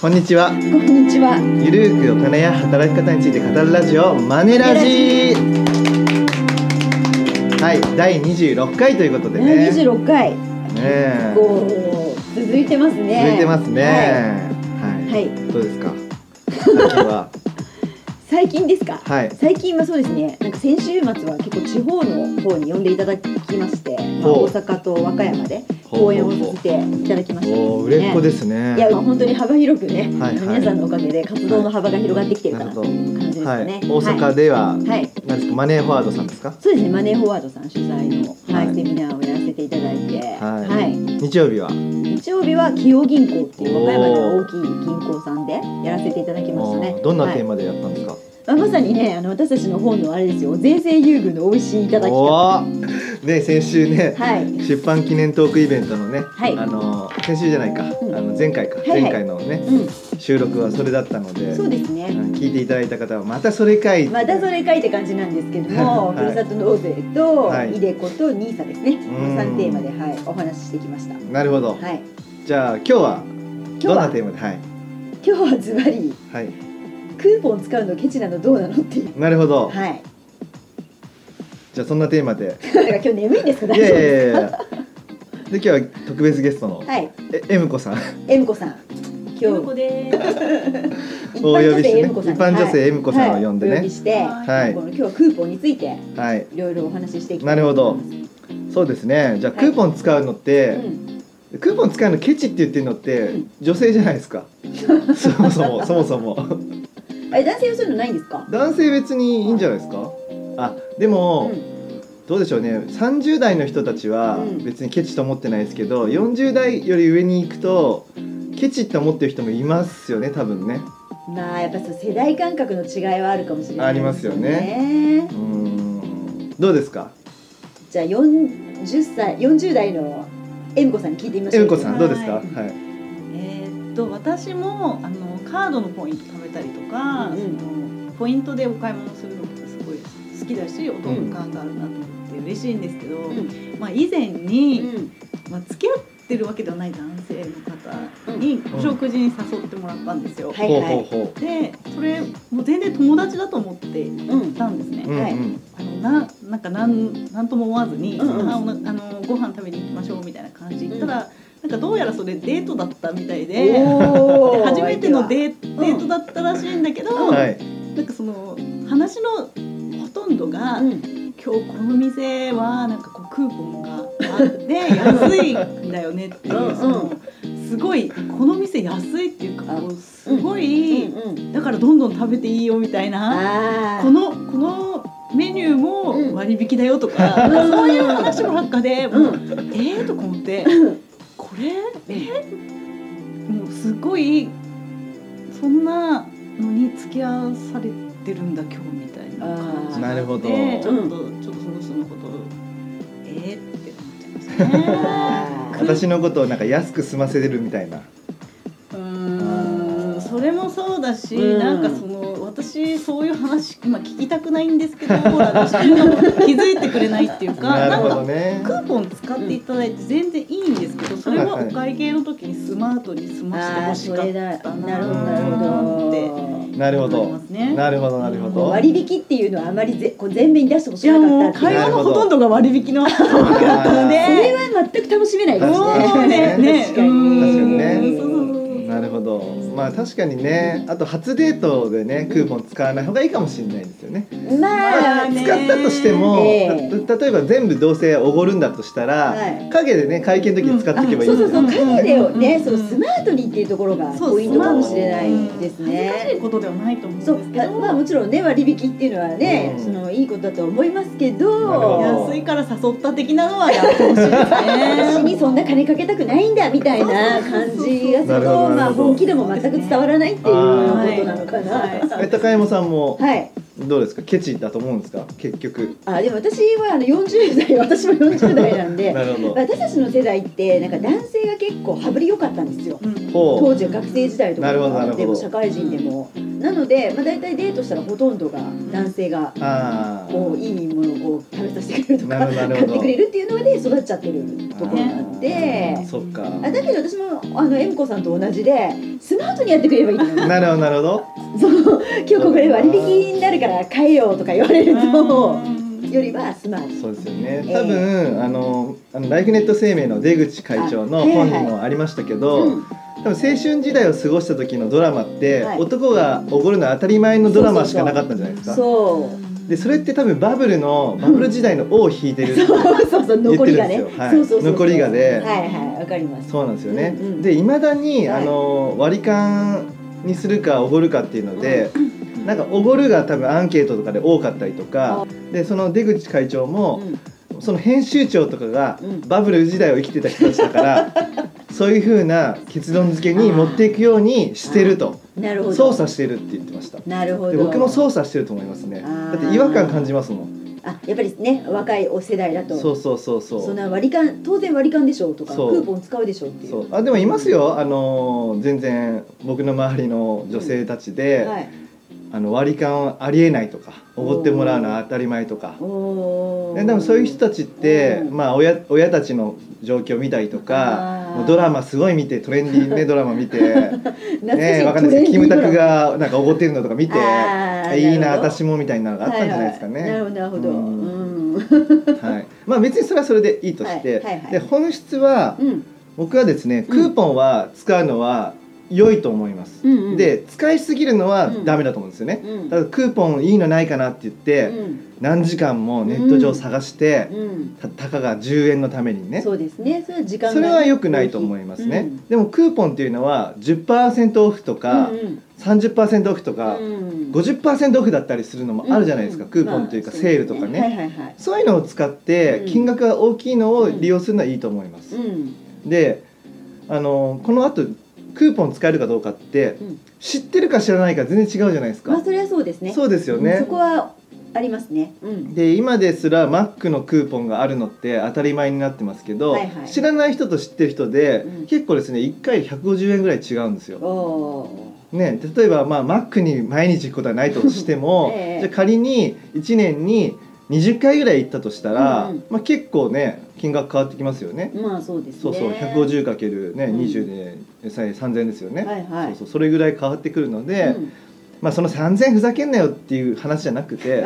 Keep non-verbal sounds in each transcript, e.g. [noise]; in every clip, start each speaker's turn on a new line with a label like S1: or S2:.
S1: こんにちは
S2: こんにちは。
S1: ゆるーくお金や働き方について語るラジオマネラジはい第26回ということでね
S2: 二十六回。
S1: ね
S2: こう続いてますね。
S1: 続いてますねはい、
S2: はい。はい。
S1: どうですか最近
S2: [laughs]
S1: は
S2: 最近ですか。
S1: はい
S2: 最近はそうですね。なんか先週末は結構地方の方に呼んでいただきまして、まあ
S1: ほう
S2: 大阪と和歌山で
S1: ほうほうほう
S2: 講演をさせていただきました。
S1: おー売れっ子
S2: ね
S1: ですね
S2: いやまあ本当に幅広くね、
S1: はいはい
S2: 皆さんのおかげで活動の幅が広がってきてるか
S1: なる
S2: な
S1: ほ
S2: と
S1: ど
S2: いう感じです
S1: は
S2: か
S1: い
S2: ね。
S1: 大阪では、
S2: はいはい
S1: 何ですかマネーフォワードさんですか
S2: そうですね、マネーフォワードさん主催の、はい
S1: はい
S2: セミナーをやらせていただいて、
S1: はい
S2: はい、
S1: 日曜日は
S2: 日曜日は企業銀行っていう和歌山の大きい銀行さんでやらせていただきましたね
S1: お。ーどんなテー
S2: はい
S1: マでやったんですか、
S2: まあまさにねあの私たちの本のあれですよ税制優遇の美味しいいただき方。は
S1: おーね先週ね、
S2: い。
S1: 出版記念トークイベントのね、
S2: はい
S1: あの先週じゃないか、
S2: うん
S1: あの前回か、
S2: はいはい
S1: 前回のね
S2: う
S1: 収録はそれだったので
S2: ん、そうです
S1: あの
S2: ね。
S1: 聞いていただいた方はまたそれかい
S2: またそれかいって感じなんですけども、
S1: はい
S2: ふるさと納税と、
S1: はい
S2: イデコとニーサですね。こ
S1: うん
S2: の三テーマではいお話ししてきました。
S1: なるほど、
S2: はい。
S1: じゃあ今日は
S2: 日
S1: ど
S2: は
S1: んなテーマではい
S2: 今日はズバリ
S1: はい
S2: クーポン使うのケチなのどうなのっていう。
S1: なるほど、
S2: はい。 [laughs]
S1: じゃあそんなテーマで
S2: なんか今日眠いんですか
S1: い
S2: [laughs] 大丈
S1: やいやいやいや
S2: 夫で
S1: で今日は特別ゲストの、
S2: すか。はい。
S1: ええむこ
S2: [laughs]
S1: さん
S2: えむこさん。今日
S3: ゆうこです。
S2: 一
S1: お呼
S2: 般
S1: び
S2: 女
S1: して
S2: 性
S1: ね
S2: 恵美子さん
S1: 一般女性恵美子さんを呼んでね
S2: はいお呼びして、
S1: は
S3: はい
S2: この今日はクーポンについて
S1: はい
S2: いろいろお話ししていきた
S1: ないる
S2: と
S1: ほど
S2: 思いま
S1: そうですねじゃあ
S2: は
S1: ク
S2: い
S1: ーポン使うのって、
S2: すうん
S1: クーポン使うのケチって言ってるのって、
S2: うん
S1: 女性じゃないですかそもそ
S2: [laughs]
S1: もそもそも
S2: え男性はそういうのないんですか？
S1: 男性別にいいんじゃないですかあでも、
S2: うん
S1: どうでしょうね30代の人たちは
S2: うん
S1: 別にケチと思ってないですけど、40代より上に行くとケチって思ってる人もいますよね多分ね
S2: まあやっぱそう世代間隔の違いはあるかもしれない、
S1: ありますよ
S2: ね
S1: う。ーんどうですか
S2: じゃあ四十歳四十代の恵美子さんに聞いてみまし
S1: え
S2: ょう。
S1: みこさんどうですかは、
S3: はいえーっと私もあのカードのポイント貯めたりとか、
S2: うんうん
S3: そのポイントでお買い物するのとかすごい好きだし、お得感があるなと思って嬉しいんですけど、
S2: うん
S3: まあ以前
S2: う
S3: に、
S2: ん
S3: まあ付き合ってるわけではない男性の方に
S1: ん
S3: お食事に誘ってもらったんですよ。
S2: はいはい
S1: ほうほうほ
S3: でそれもう全然友達だと思って行ったんですね。
S1: う、うんうん
S2: はい
S3: あのななんかなんなんとも思わずに、
S2: うん
S1: うん
S3: あおなあのご飯食べに行きましょうみたいな感じで行ったら、なんかどうやらそれデートだったみたいで。
S2: おー
S3: で [laughs] 初めての
S2: 相
S3: デーデートだったらしいんだけど、
S2: うん
S1: はい
S3: なんかその話のほとんど
S2: 手
S3: が、
S2: はうん
S3: 今日この店はなんかこうクーポンがあ
S2: [laughs]
S3: って安いんだよねっていう
S2: うんうん
S3: そのすごいこの店安いっていうかこうすごい、
S2: うんうん
S3: だからどんどん食べていいよみたいな。
S2: あー
S3: このこのメニュー
S2: うん
S3: も割引だよとか、
S2: うん
S3: そういう話ばっかで、もう
S2: うん
S3: えーとか思って
S2: うん
S3: これえもうすごいそんなのに付き合わされてるんだ今日みたいな感
S2: あ
S3: じ
S2: ー
S3: で
S1: なるほど
S3: ちょっとちょっとその人のことえーって思っちゃいました
S2: [laughs] あ
S3: ね
S2: ー。
S1: 私のことをなんか安く済ませてるみたいな
S3: うーんそれもそうだし、
S2: うん
S3: なんかその私そういう話今聞きたくないんです
S1: [laughs]
S3: けどだしてるのも気づいてくれないっていうか
S1: なるほ
S3: な
S1: ど
S3: んか
S1: ね
S3: クーポン使っていただいて全然いいんですけどそれは
S1: はいは
S3: お
S1: い
S3: 会計の時にスマートに済まして
S2: あー
S3: ほし
S2: そ
S3: か
S2: れ
S3: っ
S2: だ
S3: た
S2: な
S3: な
S2: るほど
S3: ー
S2: な
S3: っ
S2: る
S3: て
S2: ほど。
S1: なるほ
S3: 思い
S1: ど
S3: ますね。
S1: なるほどなるほ
S3: う
S1: ど
S3: ん
S2: 割引っていうのはあまりぜこう前面に出してほ
S3: い
S2: し
S3: や
S2: くな
S3: も
S2: か
S3: う
S2: ったって
S3: 会
S2: いう
S3: 話のほとんどが割引の
S1: な
S3: 話
S1: るほど
S2: それ
S3: で。
S2: は全く楽しめないで
S1: そ
S2: す
S1: れ
S3: も
S1: は
S3: うね
S1: ね
S3: ね
S1: 確
S2: 確かに
S1: かにね
S3: うんそうそうそう
S1: なるほどまあ確かにねあと初デートでねクーポン使わない方がいいかもしれないですよね
S2: ね。ま
S3: ま
S2: あ
S3: あ
S1: 使
S3: ね
S1: ったとしても、
S2: ええ
S1: た例えば全部どうせおごるんだとしたら、
S2: はい
S1: 影でね会計の時に使っていけばいい
S2: そうそうそう
S3: うん
S2: 影でね、
S3: うん
S2: そのスマートにっていうところが
S3: そう
S2: ポイントかもしれないです
S3: 恥ずかしい
S2: ね。
S3: ことではないと思うんで
S2: そう
S3: すけ
S2: あ
S3: ど、
S2: まあもちろんね割引っていうのはね、
S1: うん
S2: そのいいことだと思いますけ
S1: なるほど
S2: ど。
S3: 安いから誘った的なのはやってほしいですね。
S2: 私にそんな金かけたくないんだみたいな感じがす
S1: な
S2: る
S1: るほど
S2: と、ま
S1: な
S2: あ
S1: るほど
S2: 本気でも全く伝わらないっていうことなのかな。
S3: はい
S1: え高山さんも
S2: はい。
S1: どうですかケチだと思うんですか結局
S2: あでも私はあの40代私も40代なんで
S1: なるほど
S2: 私たちの世代ってなんか男性が結構羽振り良かったんですよ
S3: うん
S1: ほ
S2: 当時は学生時代とか
S1: なるほどなるほど
S2: でも社会人でもなので、まあ、大体デートしたらほとんどが男性が
S1: ああ
S2: こういいものをこう食べさせてくれるとか
S1: なるほどなる
S2: 買
S1: ほど
S2: ってくれるっていうので育っちゃってるところがあって
S1: あーそっか
S2: あだけど私もあの恵美子さんと同じでスマートにやってくれればいいのよ
S1: なるほどなるほど
S2: そう今日これ割引になるから買えよとか言われると
S3: うん
S2: よりはスマート
S1: そうですよ
S2: え
S1: ね
S2: え
S1: 多分、あのあのライフネット生命の出口会長の
S2: あはいはい
S1: 本にもありましたけど、
S2: うん
S1: 多分青春時代を過ごした時のドラマって、
S2: はい
S1: 男がおごるのは当たり前のドラマしかなかったんじゃないですか
S2: そう
S1: でそれって多分バブルのバブル時代の王を引いてる、
S2: [laughs] そうそう残りがね
S1: 言ってるんですよはい
S2: そうそうそう
S1: 残りがで
S2: はいはいわかります
S1: そうなんですよね、
S2: うんうん
S1: でいまだに、
S2: はい
S1: あの割り勘にするかおごるかっていうので、なんかおごるが多分アンケートとかで多かったりとかでその出口会長も、
S2: うん
S1: その編集長とかが
S2: うん
S1: バブル時代を生きてた人たちだ
S2: [laughs]
S1: から、そういうふうな結論付けに持っていくようにしてると
S2: なるほど
S1: 操作してるって言ってました
S2: なるほ
S1: で
S2: ど
S1: 僕も操作してると思いますね
S2: あー
S1: だって違和感感じますもん
S2: あやっぱりね若いお世代だと
S1: そうそうそうそ
S2: そん
S1: う
S2: な割り勘当然割り勘でしょうとかク
S1: そう
S2: ーポン使うでしょうっていう
S1: そうあでもいますよあのー全然僕の周りの女性たちで、
S2: はい
S1: あの割り勘ありえないとかおごってもらうのは当たり前とか
S2: お
S1: ででもそういう人たちって、
S2: うん
S1: まあ、親親たちの状況見たりとか
S2: あー
S1: もうドラマすごい見てトレンディーねドラマ
S2: [laughs]
S1: 見て
S2: 懐かしい
S1: ねわかんないですけどキムタクがなんかおごってるのとか見
S2: 見
S1: ていいな私もみたいなのがあったんじゃないですかね。
S2: なるほどなるほど
S1: う
S2: うんん
S1: はい、まあ別にそれはそれでいいとして、
S2: はいはいはい
S1: で本質は
S2: うん
S1: 僕はですねクーポンは使うのは良いと思います、
S2: うんうん
S1: で使いすぎるのはダメだと思うんですよね、
S2: うん
S1: ただクーポンいいのないかなって言って、
S2: うん
S1: 何時間もネット上探して、
S2: うん
S1: たたかが10円のためにね
S2: そうですねそれは時間が
S1: それは良くないと思いますね、でもクーポンっていうのは10%オフとか、
S2: うんうん
S1: 30%オフとか、
S2: うん
S1: 50%オフだったりするのもあるじゃないですか、
S2: ん
S1: クーポンというか、
S2: まあ
S1: セールとかね、
S2: はいはいはい
S1: そういうのを使って
S2: うん
S1: 金額が大きいのを利用するのはいいと思います、
S2: うん
S1: であのこのあとクーポン使えるかどうかって
S2: うん
S1: 知ってるか知らないか全然違うじゃないですか、
S2: まあそれはそうですね
S1: そうですよね、
S2: そこはありますねうん
S1: で今ですらマックのクーポンがあるのって当たり前になってますけど、
S2: はいはい
S1: 知らない人と知ってる人で、
S2: うん
S1: 結構ですね1回150円ぐらい違うんですよ。
S2: おー
S1: ね、例えば、まあ、マックに毎日行くことはないとしても
S2: [laughs] ええ
S1: じゃあ仮に1年に20回ぐらい行ったとしたら、
S2: うんうん
S1: まあ、結構ね金額変わってきますよね。
S2: まあそうですね
S1: そうそう 150×20 で、
S2: うん
S1: 3000円ですよね、
S2: はいは
S1: そう
S2: い
S1: そうそれぐらい変わってくるので、
S2: うん
S1: まあ、その3000ふざけんなよっていう話じゃなく
S2: [laughs]
S1: て、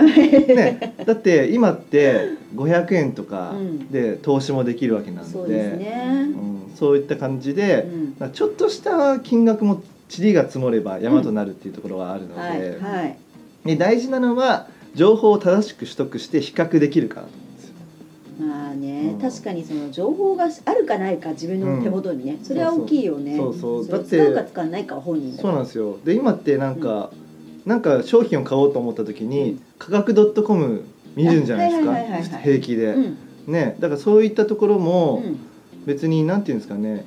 S1: ね、だって今って500円とか
S2: うん
S1: で投資もできるわけなんで,、
S2: そうですね
S1: うんそういった感じ
S2: う
S1: で、
S2: ん
S1: まあちょっとした金額も塵が積もれば山となるっていうところはあるので,、
S2: はいはい
S1: で大事なのは情報を正しく取得して比較できるからと思うんですよ
S2: まあ
S1: う
S2: ね、
S1: ん
S2: 確かにその情報があるかないか自分の手元にね、それは大きいよね
S1: そうそう
S2: れ
S1: だって
S2: 使うか使わないかは本人だ
S1: そうなんですよで今ってなんか、なんか商品を買おうと思った時に、
S2: うん
S1: 価格 .com 見るんじゃないですか、
S2: あはいはいはいはいはい
S1: 平気で、
S2: うん
S1: ねだからそういったところも、
S2: うん
S1: 別になんていうんですかね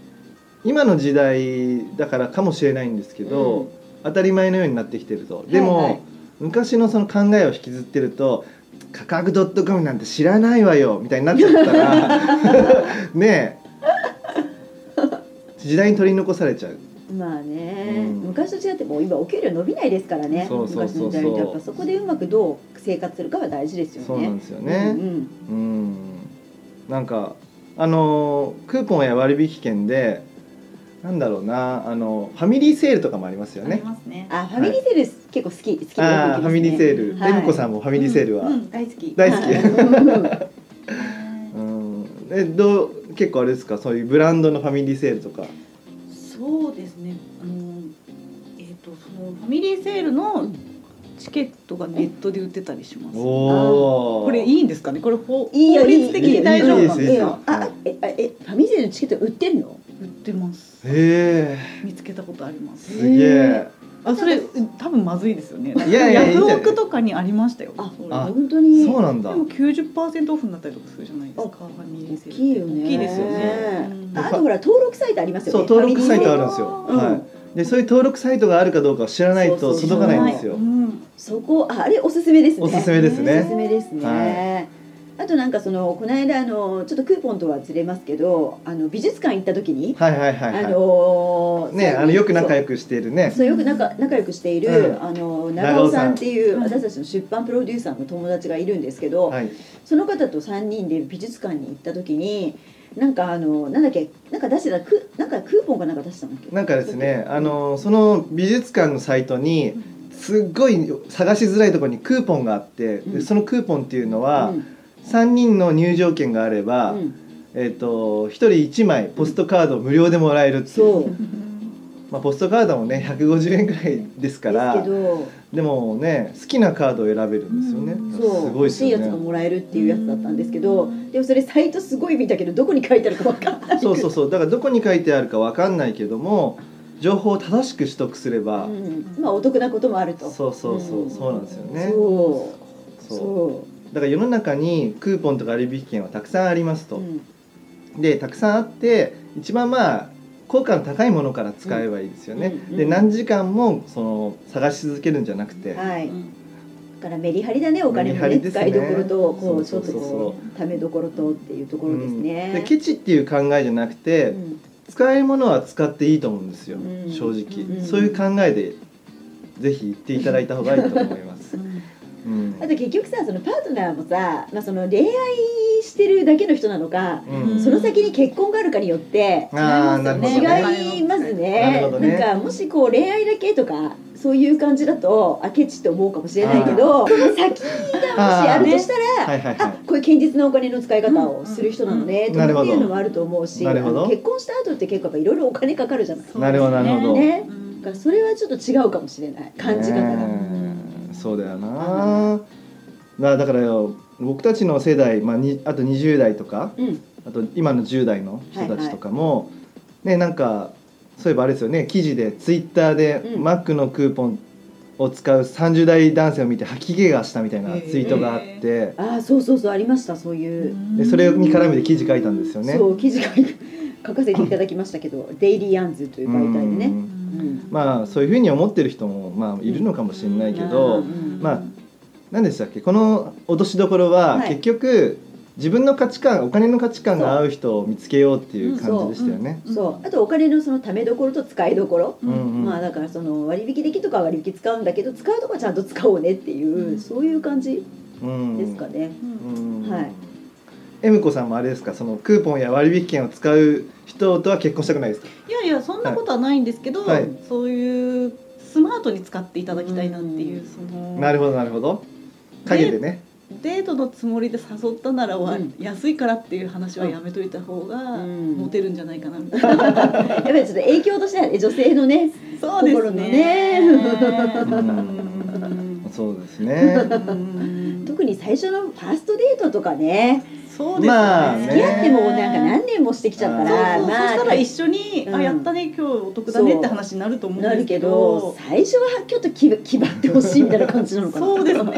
S1: 今の時代だからかもしれないんですけど、
S2: うん
S1: 当たり前のようになってきてるとでも、
S2: はいはい
S1: 昔のその考えを引きずってると「価格 .com なんて知らないわよ」みたいになっちゃった
S2: [laughs]
S1: らねえ時代に取り残されちゃう
S2: まあね、
S1: うん
S2: 昔と違ってもう今お給料伸びないですからね
S1: そうそうそうそう
S2: 昔の時代とやっぱそこでうまくどう生活するかは大事ですよね
S1: そうなんですよね
S2: うんうん
S1: うんなんかあのークーポンや割引券でなんだろうなあのファミリーセールとかもありますよ
S3: あり
S1: ね。
S3: ますね。
S2: あファミリーセールス結構好き好きでよく行き
S1: あ
S2: ます
S1: あ
S2: ね
S1: ファミリーセール、
S2: はい
S1: レミコさんもファミリーセールは、
S3: うんうん大好き。
S1: 大好き
S2: はい
S1: うん、えどう結構あれですかそういうブランドのファミリーセールとか
S3: そうですね。あのえっ、とそのファミリーセールのチケットがネットで売ってたりします。
S1: おお
S3: これいいんですかね。これ法
S2: いいよ
S3: 法律的
S1: いいよ
S3: に大丈夫
S1: いい
S3: な
S1: で
S3: ん
S1: す
S3: で
S1: いい
S3: す
S1: です
S3: か。
S2: あえあえファミリーセールのチケット売ってるの
S3: 売ってます。
S1: へえ
S3: 見つけたことあります。
S1: すげえ
S3: あそれ多分まずいですよね。
S1: いやいやいいんじゃ
S3: ヤ
S1: ない
S3: フオクとかにありましたよ。
S2: あ
S3: それ
S1: あ
S2: 本当に
S1: そうなん
S3: で
S1: だ
S3: も九十パーセントオフになったりとかするじゃないですか。ファミリーセールって
S2: 大きいよね
S3: 大きいですよね。うん
S2: ああとほら登録サイトありますよ
S1: そう
S2: ね
S1: 登録サイトあるんです
S3: フ
S1: よ、
S3: ァミリーセー
S1: は
S3: ル
S1: いでそういう登録サイトがあるかどうかを知らないと
S2: そうそう
S1: 届かないんですよ
S3: うん
S2: そこああれおすすめですね
S1: おすすめですね
S2: おすすめですね、
S1: は
S2: あとなんかそのこの間あのちょっとクーポンとはずれますけどあの美術館行った時に、
S1: はいはいはいは
S2: あの
S1: いねあのよく仲
S2: 良
S1: 良くしているね
S2: そうよく仲仲良くしている、
S1: う
S2: あの
S1: 長
S2: 長
S1: 尾
S2: 尾
S1: さ
S2: さ
S1: ん
S2: んっていう
S3: うん
S2: 私たちの出版プロデューサーの友達がいるんですけど、
S1: はい
S2: その方と3人で美術館に行った時になんかあのなんだっけなんか出してたクなんかクーポンかなんか出してたんだっけ
S1: なんかですねあのその美術館のサイトにすっごい探しづらいところにクーポンがあって
S2: うん
S1: でそのクーポンっていうのは
S2: うん
S1: 3人の入場券があれば、
S2: うん
S1: えー、と1人1枚ポストカードを無料でもらえるっていう、
S2: そう
S1: まあ、ポストカードもね150円ぐらいですか
S2: です
S1: ら
S2: けど
S1: でもね好きなカードを選べるんですよね、
S3: うん
S1: す
S2: そ
S1: ご
S2: う
S1: い
S2: 欲
S1: です
S2: しい
S1: よ
S2: やつが
S1: ね
S2: もらえるっていうやつだったんですけどでもそれサイトすごい見たけどどこに書いてあるか分かんない
S1: そうそうそうだからどこに書いてあるかわかんないけども情報を正しく取得すれば、
S2: うん、まあお得なこともあると
S1: そうそうそう、
S2: うん
S1: そうなんですよね
S2: そ
S1: そう
S2: うそ
S1: だから世の中にクーポンとか割引券はたくさんあります
S2: う、
S1: と、
S2: うん
S1: でたくさんあって一番まあ効果の高いものから使えばいいですよね、
S2: うんうん
S1: で何時間もその探し続けるんじゃなくて、
S2: はい、だ
S3: ん
S2: からメリハリだねお金
S1: メ
S2: も
S1: リハリ
S2: ね
S1: ですね
S2: 使いどころとこうち
S1: そ
S2: ょ
S1: う
S2: っ
S1: そうそ
S2: と
S1: うそう
S2: こうためどころとっていうところです
S1: う
S2: ね
S1: ん、でケチっていう考えじゃなくて、
S2: うん
S1: 使えるものは使っていいと思うんですよ、
S2: うん
S1: 正直、
S2: うん
S1: そういう考えでぜひ言っていただいた方がいいと思い
S2: [laughs]
S1: ます、うん
S2: あと結局さそのパートナーもさ、まあ、その恋愛してるだけの人なのか、
S1: うん
S2: その先に結婚があるかによって
S1: ああなるほど
S2: 違
S1: ね
S2: います
S1: なる
S2: ね
S1: ほどね
S2: なんかもしこう恋愛だけとかそういう感じだとあケチって思うかもしれないけどその先がもしあるとしたら
S1: はいはい
S2: あ
S1: は
S2: こういう堅実なお金の使い方をする人なのね
S1: ん
S2: とかっていう
S1: なるほ
S2: の
S1: ど
S2: もあると思うし
S1: な
S2: あ
S1: るほど
S2: の結婚した後って結構やっぱいろいろお金かかるじゃない
S1: なるほどなるほど
S2: ね
S3: うん
S2: だからそれはちょっと違うかもしれない
S1: い
S2: 感じ方が。
S1: ねえそうだよななだからよ僕たちの世代、まあ、にあと20代とか
S2: うん
S1: あと今の10代の人たちとかも、ねなんかそういえばあれですよね記事でツイッターで
S2: うん
S1: マックのクーポンを使う30代男性を見て吐き気がしたみたいな
S3: へえ
S1: ツイートがあって、
S2: ああそうそうそうありましたそういう、
S1: でそれに絡めて記事書いたんですよね。
S2: そう記事書い書かせていただきましたけど「デイリー・アンズ」という媒体で
S1: う
S2: ね。
S1: ん
S2: ん
S1: まあそういうふうに思ってる人もまあいるのかもしれないけど、
S2: うん
S1: まあ何でしたっけこの落としどころは
S2: はい
S1: 結局自分の価値観お金の価値観が合う人を見つけようっていう感じでしたよね。
S3: うん
S2: そうあとお金のそのためどころと使いどころ、
S3: うん
S1: うんうん
S2: まあだからその割引できとかは割引使うんだけど使うとこはちゃんと使おうねっていう、
S3: うん
S2: そういう感じ
S1: うん
S2: ですかね。
S3: うん
S2: はい
S1: い。エムコさんもあれですか、そのクーポンや割引券を使う人とは結婚したくないですか。
S3: いやいやそんなことはないんですけど、
S1: はい
S3: そういうスマートに使っていただきたいなっていう
S2: うん
S3: その
S1: なるほどなるほど。影でね。
S3: デートのつもりで誘ったならは、
S2: うん
S3: 安いからっていう話はやめといた方が、
S2: うん
S3: モテるんじゃないかなみたい
S2: [laughs]
S3: な、
S2: やっぱりちょっと影響としてはね女性のね
S3: そうです
S2: 心の
S3: ね
S2: ね [laughs]
S1: うんそうですね。
S3: うん
S2: 特に最初のファーストデートとかね
S3: そうですね、
S1: まあね
S2: 付き合ってもうなんか何年もしてきちゃった
S3: そうそう
S2: ら
S3: そ
S2: まあ
S3: したら一緒に、
S2: うん
S3: あやったね今日お得だねって話になると思うん
S2: な
S3: で
S2: る
S3: す
S2: け
S3: け
S2: ど
S3: ど
S2: 最初はちょっと気気張ってほしいみたいな感じなのかな
S3: そうですね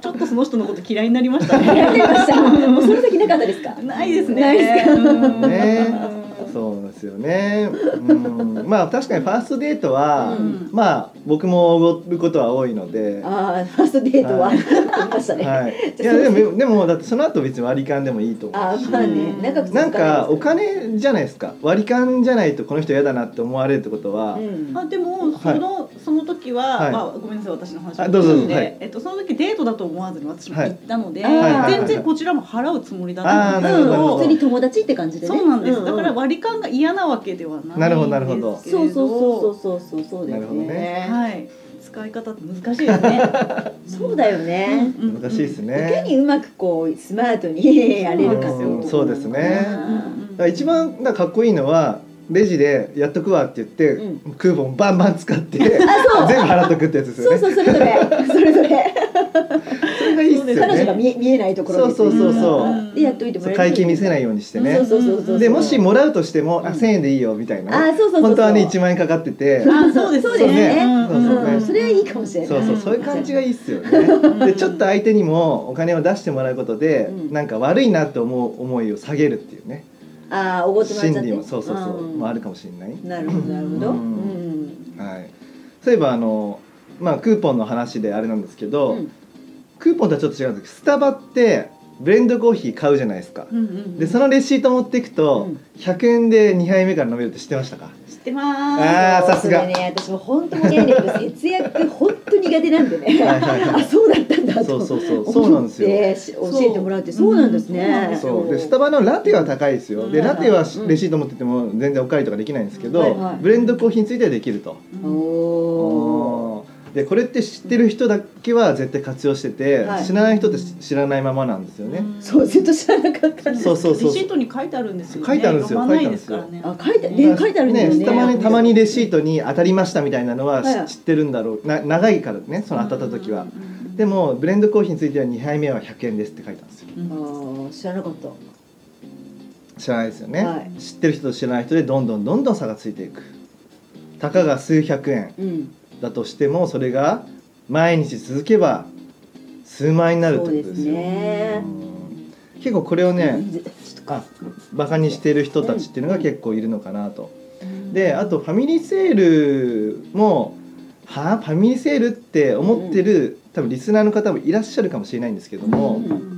S3: ちょっとその人のこと嫌いになりましたね
S2: [laughs] やりま
S3: [laughs]
S2: したもうその時なかったですか
S3: ないですね
S2: ないですか
S3: うん
S1: ねそうですよね。うんまあ確かにファーストデートは、
S3: うん
S1: まあ僕もおごることは多いので。
S2: ああファーストデートは [laughs]
S1: はい
S2: ありましたね、
S1: はい。いやでもでもだってその後別に割り勘でもいいと
S2: あ
S1: 思
S2: あ
S1: うし。
S2: まあね長く続
S1: なん
S2: かない
S1: かお
S2: ですら
S1: 金じゃないですか割り勘じゃないとこの人嫌だなって思われるってことは、
S2: うん
S3: あでもその、その時は、
S1: はい
S3: まあ、ごめんなさい私の話
S1: あどうぞどうぞ
S3: で、
S1: はい
S3: えっと、その時デートだと思わずに私も行ったので、
S2: はいはい
S1: はいはい
S3: 全然こちらも払うつもりだったん
S1: あ
S3: で
S1: ー
S3: す
S1: なる
S3: け
S1: ほどなるほど
S3: ど
S2: 普通に友達って感じでね
S3: そうなんです、
S2: う
S3: だから割り勘が嫌なわけではないんですけ
S1: な
S3: れど
S1: るほどなるほど
S2: そうそうそうそうそうそうです
S1: なるほどね
S3: はい使い方って難しいですね
S2: そうだよね、
S3: うん
S1: 難しいですね。
S2: いかにうまくこうスマートにやれるかってい
S1: うん
S2: う
S1: そうですね
S3: うんうん
S1: だから一番なんかかっこいいのはレジで「やっとくわ」って言って、
S2: う
S1: クーポンバンバン使って全部
S2: [laughs] あ
S1: 払っとくってやつですよ
S2: そう
S1: ね。
S2: そうそうそれぞれそれぞれ
S1: それがいいっすよ
S2: 彼女が
S1: ね。
S2: 見え見えないところです
S1: そう
S2: ね
S1: そうそう
S3: そう
S2: でやっといても
S1: そ
S2: ら
S1: う
S2: える
S1: 会計見せないようにしてね
S2: そう。そうそうそう
S1: でもし
S2: も
S1: もらうとしても「あ
S2: うん
S1: 1000円でいいよ」みたいな。
S2: あそうそうそうそう
S1: 本当はね1万円かかってて。
S3: あそうです
S2: そうですね
S1: そうそうね
S2: うんそれはいいかもしれない
S1: そうそうそういう感じがいいっすよね。でちょっと相手にもお金を出してもらうことで、
S2: うん
S1: なんか悪いなって思う思いを下げるっていうね
S2: ああおごってもらっ
S1: 心
S2: ちゃって
S1: 理もそうそうそう、
S2: ん
S1: もあるかもしれない。
S2: なるほどなるほ
S1: う
S2: どうんん
S1: はい、そういえばあの、まあ、クーポンの話であれなんですけど、
S2: うん
S1: クーポンとはちょっと違うんですけどスタバってブレンドコーヒー買うじゃないですか、
S3: うんうん
S1: でそのレシート持っていくと、
S2: うん
S1: 100円で2杯目から飲めるって知ってましたか
S3: 知ってま
S1: あ
S3: す。
S1: ーさすが
S2: それね私も本当申し訳ないんだけど節約本当苦手なんでね
S1: はいはいは
S2: あ
S1: い
S2: そうだったんだと
S1: そう
S2: 思って
S1: そうそうそうなんですよ
S2: し教えてもらうってそうなんですね
S3: そ
S1: そうでスタバのラテは高いですよで
S3: うん
S1: ラテは
S3: うん
S1: レシート持ってても全然おかわりとかできないんですけど、
S2: はいはい
S1: ブレンドコーヒーについてはできると。
S2: おー
S1: でこれって知ってる人だけは絶対活用してて、
S2: はい
S1: 知らない人って知らないままなんですよね。
S2: そうずっと知らなかったんです
S1: そうそうそう
S3: レシートに書いてあるんですよね。
S1: 書いてあるんですよ
S3: 読まないですからね。
S2: あ書いて
S3: ね
S2: ね書いてあるんだよね
S1: ねたまにたまにレシートに当たりましたみたいなのは
S2: はい
S1: 知知ってるんだろうな長いからねその当たった時は。でもブレンドコーヒーについては2杯目は100円ですって書いたんですよ
S3: うん
S2: あー知らなかった
S1: 知らないですよね、
S2: はい
S1: 知ってる人と知らない人でどんどんどんどん差がついていくたかが数百円
S2: うん
S1: だとしてもそれが毎日続けば数万円になるってことですよ
S2: そうですね
S1: うん結構これをね
S2: ちょっと
S1: あバカにしてる人たちっていうのが結構いるのかなと。であとファミリーセールもはあファミリーセールって思ってる多分リスナーの方もいらっしゃるかもしれないんですけども、
S2: うん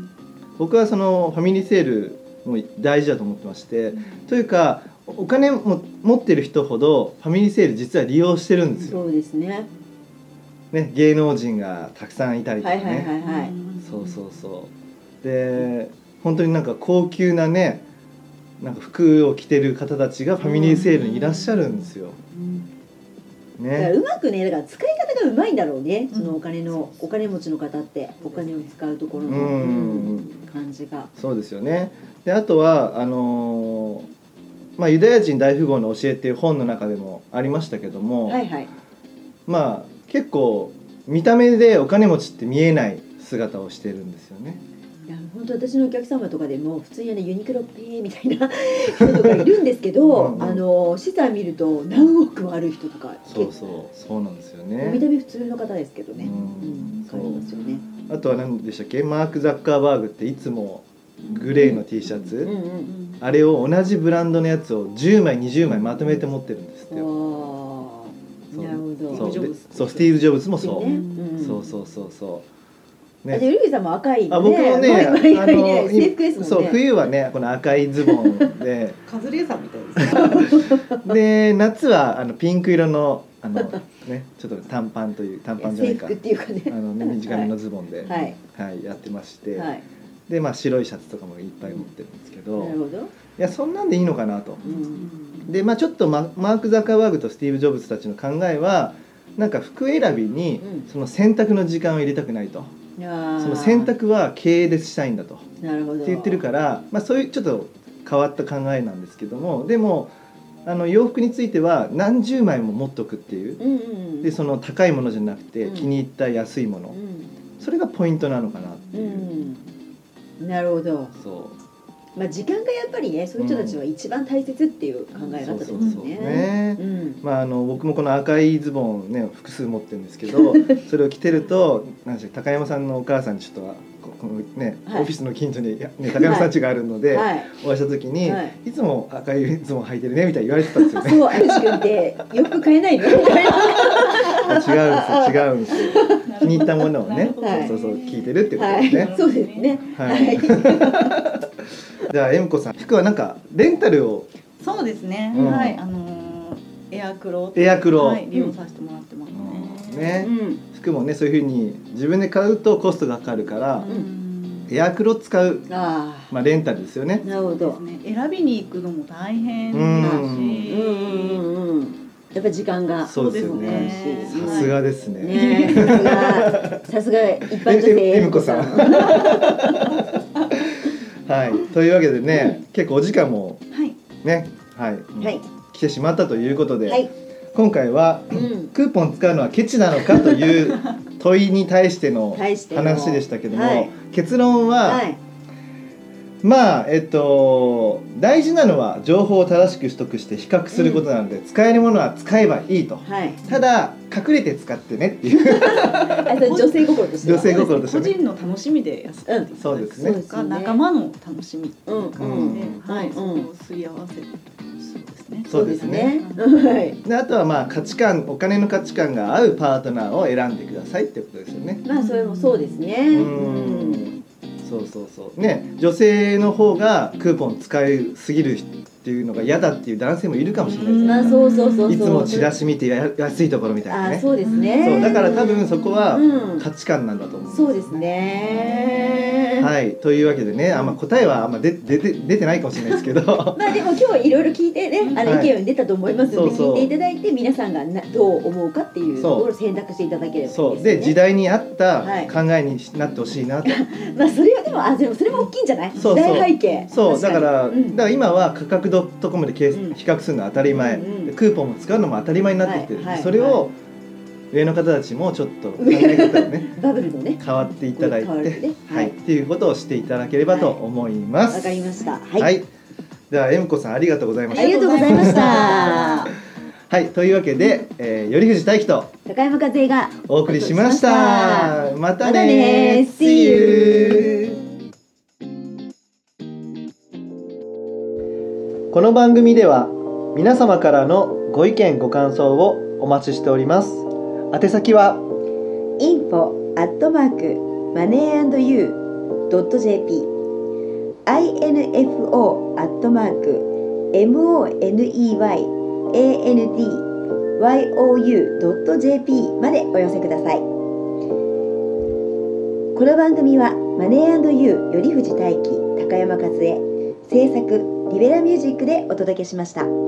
S1: 僕はそのファミリーセールも大事だと思ってましてというかおお金も持ってる人ほどファミリーセール実は利用してるんですよ、
S2: そうですね
S1: ね、芸能人がたくさんいたりと
S2: は
S1: か
S2: い
S1: ね、
S2: はいはいはい
S1: そうそうそうで本当になんか高級なねなんか服を着てる方たちがファミリーセールにいらっしゃるんですよ、
S3: うん。
S2: だから
S1: ね
S2: うまくねだから使い方がうまいんだろうね
S3: うん
S2: そのお金のお金持ちの方ってお金を使うところの
S1: うん
S2: うん感じが
S1: そうですよねであとはあのーまあ、ユダヤ人大富豪の教えっていう本の中でもありましたけども、
S2: はいはい
S1: まあ結構見た目でお金持ちって見えない姿をしてるんですよね。
S2: いや本当私のお客様とかでも普通にあのユニクロペーみたいな人とかいるんですけど
S1: うんうん
S2: あの資産見ると何億もある人とか
S1: そう
S2: 結
S1: そうそうなんですよ
S2: 構見
S1: ね。
S2: た目普通の方ですけどね、
S1: う
S2: うんんわかりますよね、
S1: あとは何でしたっけマーク・ザッカーバーグっていつもグレーの T シャツ、
S2: うんう
S3: うんん
S1: あれを同じブランドのやつを10枚20枚まとめて持ってるんですってよ。
S2: ああなるほど
S1: そう
S3: ジョ
S1: で
S3: ブズ
S1: そうスティーブ・ジョブズもそう、
S2: ね
S1: そう
S2: う
S1: そうそうそう。
S2: んだってゆりさんも赤いんで
S1: あ僕もね、
S2: 前々に
S1: あ
S2: ね制服ですもんね
S1: そう冬はねこの赤いズボンで。
S2: [laughs]
S3: カズレーザーみたいですね。
S1: で夏はあのピンク色のあの、ね、ちょっと短パンという短パンじゃない
S2: 制
S1: か
S2: 服っていうかね
S1: [laughs] あの、
S2: [laughs]
S1: ね、短めのズボンで、はい
S2: はい
S1: やってまして、
S2: はい
S1: で、まあ、白いシャツとかもいっぱい持ってるんですけど、
S2: ないるほど
S1: やそんなんでいいのかなと。
S2: うん
S1: で、まあ、ちょっとママーク・ザッカーバーグとスティーブ・ジョブズたちの考えはなんか服選びに
S2: うん
S1: その選択の時間を入れたくないと、
S2: あー
S1: その選択は経営でしたいんだと。
S2: なるほど
S1: って言ってるから、まあ、そういうちょっと変わった考えなんですけどもでもあの洋服については何十枚も持っとくっていう
S2: うんうん
S1: でその高いものじゃなくて
S2: うん
S1: 気に入った安いもの、
S2: う
S1: それがポイントなのかなって
S2: ん、う
S1: いう、
S2: ん、なるほど
S1: そ
S2: まあ時間がやっぱりねそういう人たちは一番大切っていう考
S1: う
S2: え
S1: そう
S2: 方
S1: そ
S2: で
S1: う
S2: す
S1: そ
S2: よ
S1: う
S2: ね
S1: ね
S2: うん
S1: まあ、あの僕もこの赤いズボンね複数持ってるんですけ
S2: [laughs]
S1: どそれを着てるとなんでしょう高山さんのお母さんにちょっとはここのね、
S2: はい
S1: オフィスの近所に、いやね、高山さん家があるので、
S2: はい
S1: お会いした時に、
S2: はい
S1: い、つも赤いズボン履いてるねみたいに言われてたんですよ
S2: [laughs]
S1: ね。
S2: そう足くんってよく買
S1: [laughs]
S2: えないのみたいな
S1: 違うんですよ違うんですよ気に入ったものを
S2: [laughs]
S1: ね
S2: なる
S1: そ
S2: ほ
S1: うそうそう聞いて
S3: る
S1: るってことです
S2: は
S1: ね
S2: いそうですね
S1: は、
S2: はいい
S1: じゃあえむこさん服はなんかレンタルを
S3: ほど。そうですね。
S1: うん
S3: はい、あのーエアクロ。
S1: エアクロ
S3: はい、利用させてもらってますね。
S1: ね
S2: うん
S1: 服もねそういうふうに自分で買うとコストがかかるから
S3: うん
S1: エアクロ使う
S2: あ
S1: まあレンタルですよね
S2: あなるほ
S3: そう
S2: ど
S3: ですね。選びに行くのも大変だ
S2: うん
S1: う
S3: し。
S2: うんうんうんやっぱ時間が
S1: そうですよね
S2: そうですね
S1: さすがですね
S2: ねえさすがさすが一般女性
S1: ええむこ
S2: [laughs]
S1: さんはいというわけでね結構お時間も
S3: はい。
S1: ねはい、
S2: はい
S1: 来てしまったということで、
S2: はい
S1: 今回は
S2: うん
S1: クーポン使うのはケチなのかと
S2: [laughs]
S1: いう問いに対しての
S2: 対しての
S1: 話でしたけども、
S2: はい
S1: 結論は、
S2: はい
S1: まあえっと大事なのは情報を正しく取得して比較することなので、使えるものは使えばいいと
S2: はい
S1: ただ隠れて使ってねっていう
S2: あそれ女性心としては
S1: 女性心として
S3: 個
S1: ね
S3: 人の楽しみでやっていた
S1: そう
S3: だ
S1: で
S3: く
S1: す
S2: そう
S1: ね
S2: です
S3: が
S2: ね
S3: 仲間の楽しみ
S2: うんうん
S1: う
S3: で
S1: ん、
S3: はい、
S2: うん
S3: そこをすり合わせるそうですね。
S1: そうですね
S2: そうですねはい
S1: であとはまあ価値観お金の価値観が合うパートナーを選んでくださいってことですよね
S2: まあそれもそうですね。
S1: う
S2: うん
S1: んそそうそうそうね女性の方がクーポン使いすぎるっていうのが嫌だっていう男性もいるかもしれないですよ
S2: まあそうそうそうそう
S1: いつもチラシ見てや安いところみたいな
S2: あ
S1: ね
S2: そうですね
S1: そうだから多分そこは
S2: うん
S1: 価値観なんだと思う、
S2: そうですね
S1: はいというわけでねあんま答えはあんま出出て出てないかもしれないですけど
S2: まあでも今日いろいろ聞いてね、あの
S1: はい
S2: 意見に出たと思いますので、
S1: そうそう
S2: 聞いていただいて皆さんがなどう思うかってい
S1: そ
S2: う
S1: う
S2: ところを選択していただけ [laughs] ればいいですね。
S1: そうで時代に合った
S2: はい
S1: 考えになってほしいなと、
S2: まあそれはでもあでもそれも大きいんじゃない？
S1: そうそう
S2: 時代背景。
S1: そうだ
S2: 確
S1: か
S2: に
S1: ら、
S2: うん
S1: だから今は価格 .com で計
S2: うん
S1: 比較するのは当たり前、
S2: うんうん
S1: クーポンも使うのも当たり前になってきてる、
S2: はいはい
S1: それを上の方たちもちょっと考え方を
S2: [laughs]
S1: ね
S2: バブルのね。
S1: 変わっていただいて、
S2: 変わるね
S1: は
S2: はいい
S1: っていうことをしていただければと思いま
S2: わ
S1: す。
S2: かりました。
S1: はい、
S2: はい。
S1: ではえみこさんありがとうございま
S2: あ
S1: した。
S2: りがとうございました。
S1: はい、というわけで、えー、頼藤大樹と
S2: 高山和恵が
S1: お送りしまし
S2: お
S1: た。また
S2: また
S1: ね
S2: ね
S1: See
S2: See
S1: you! この番組では皆様からのご意見ご感想をお待ちしております。宛先は
S2: info アットマークマネーアンドユードット jp info アットマーク moneyandyou ドット jp までお寄せくださいこの番組はマネーアンドユー頼藤大輝高山和恵制作リベラミュージックでお届けしました。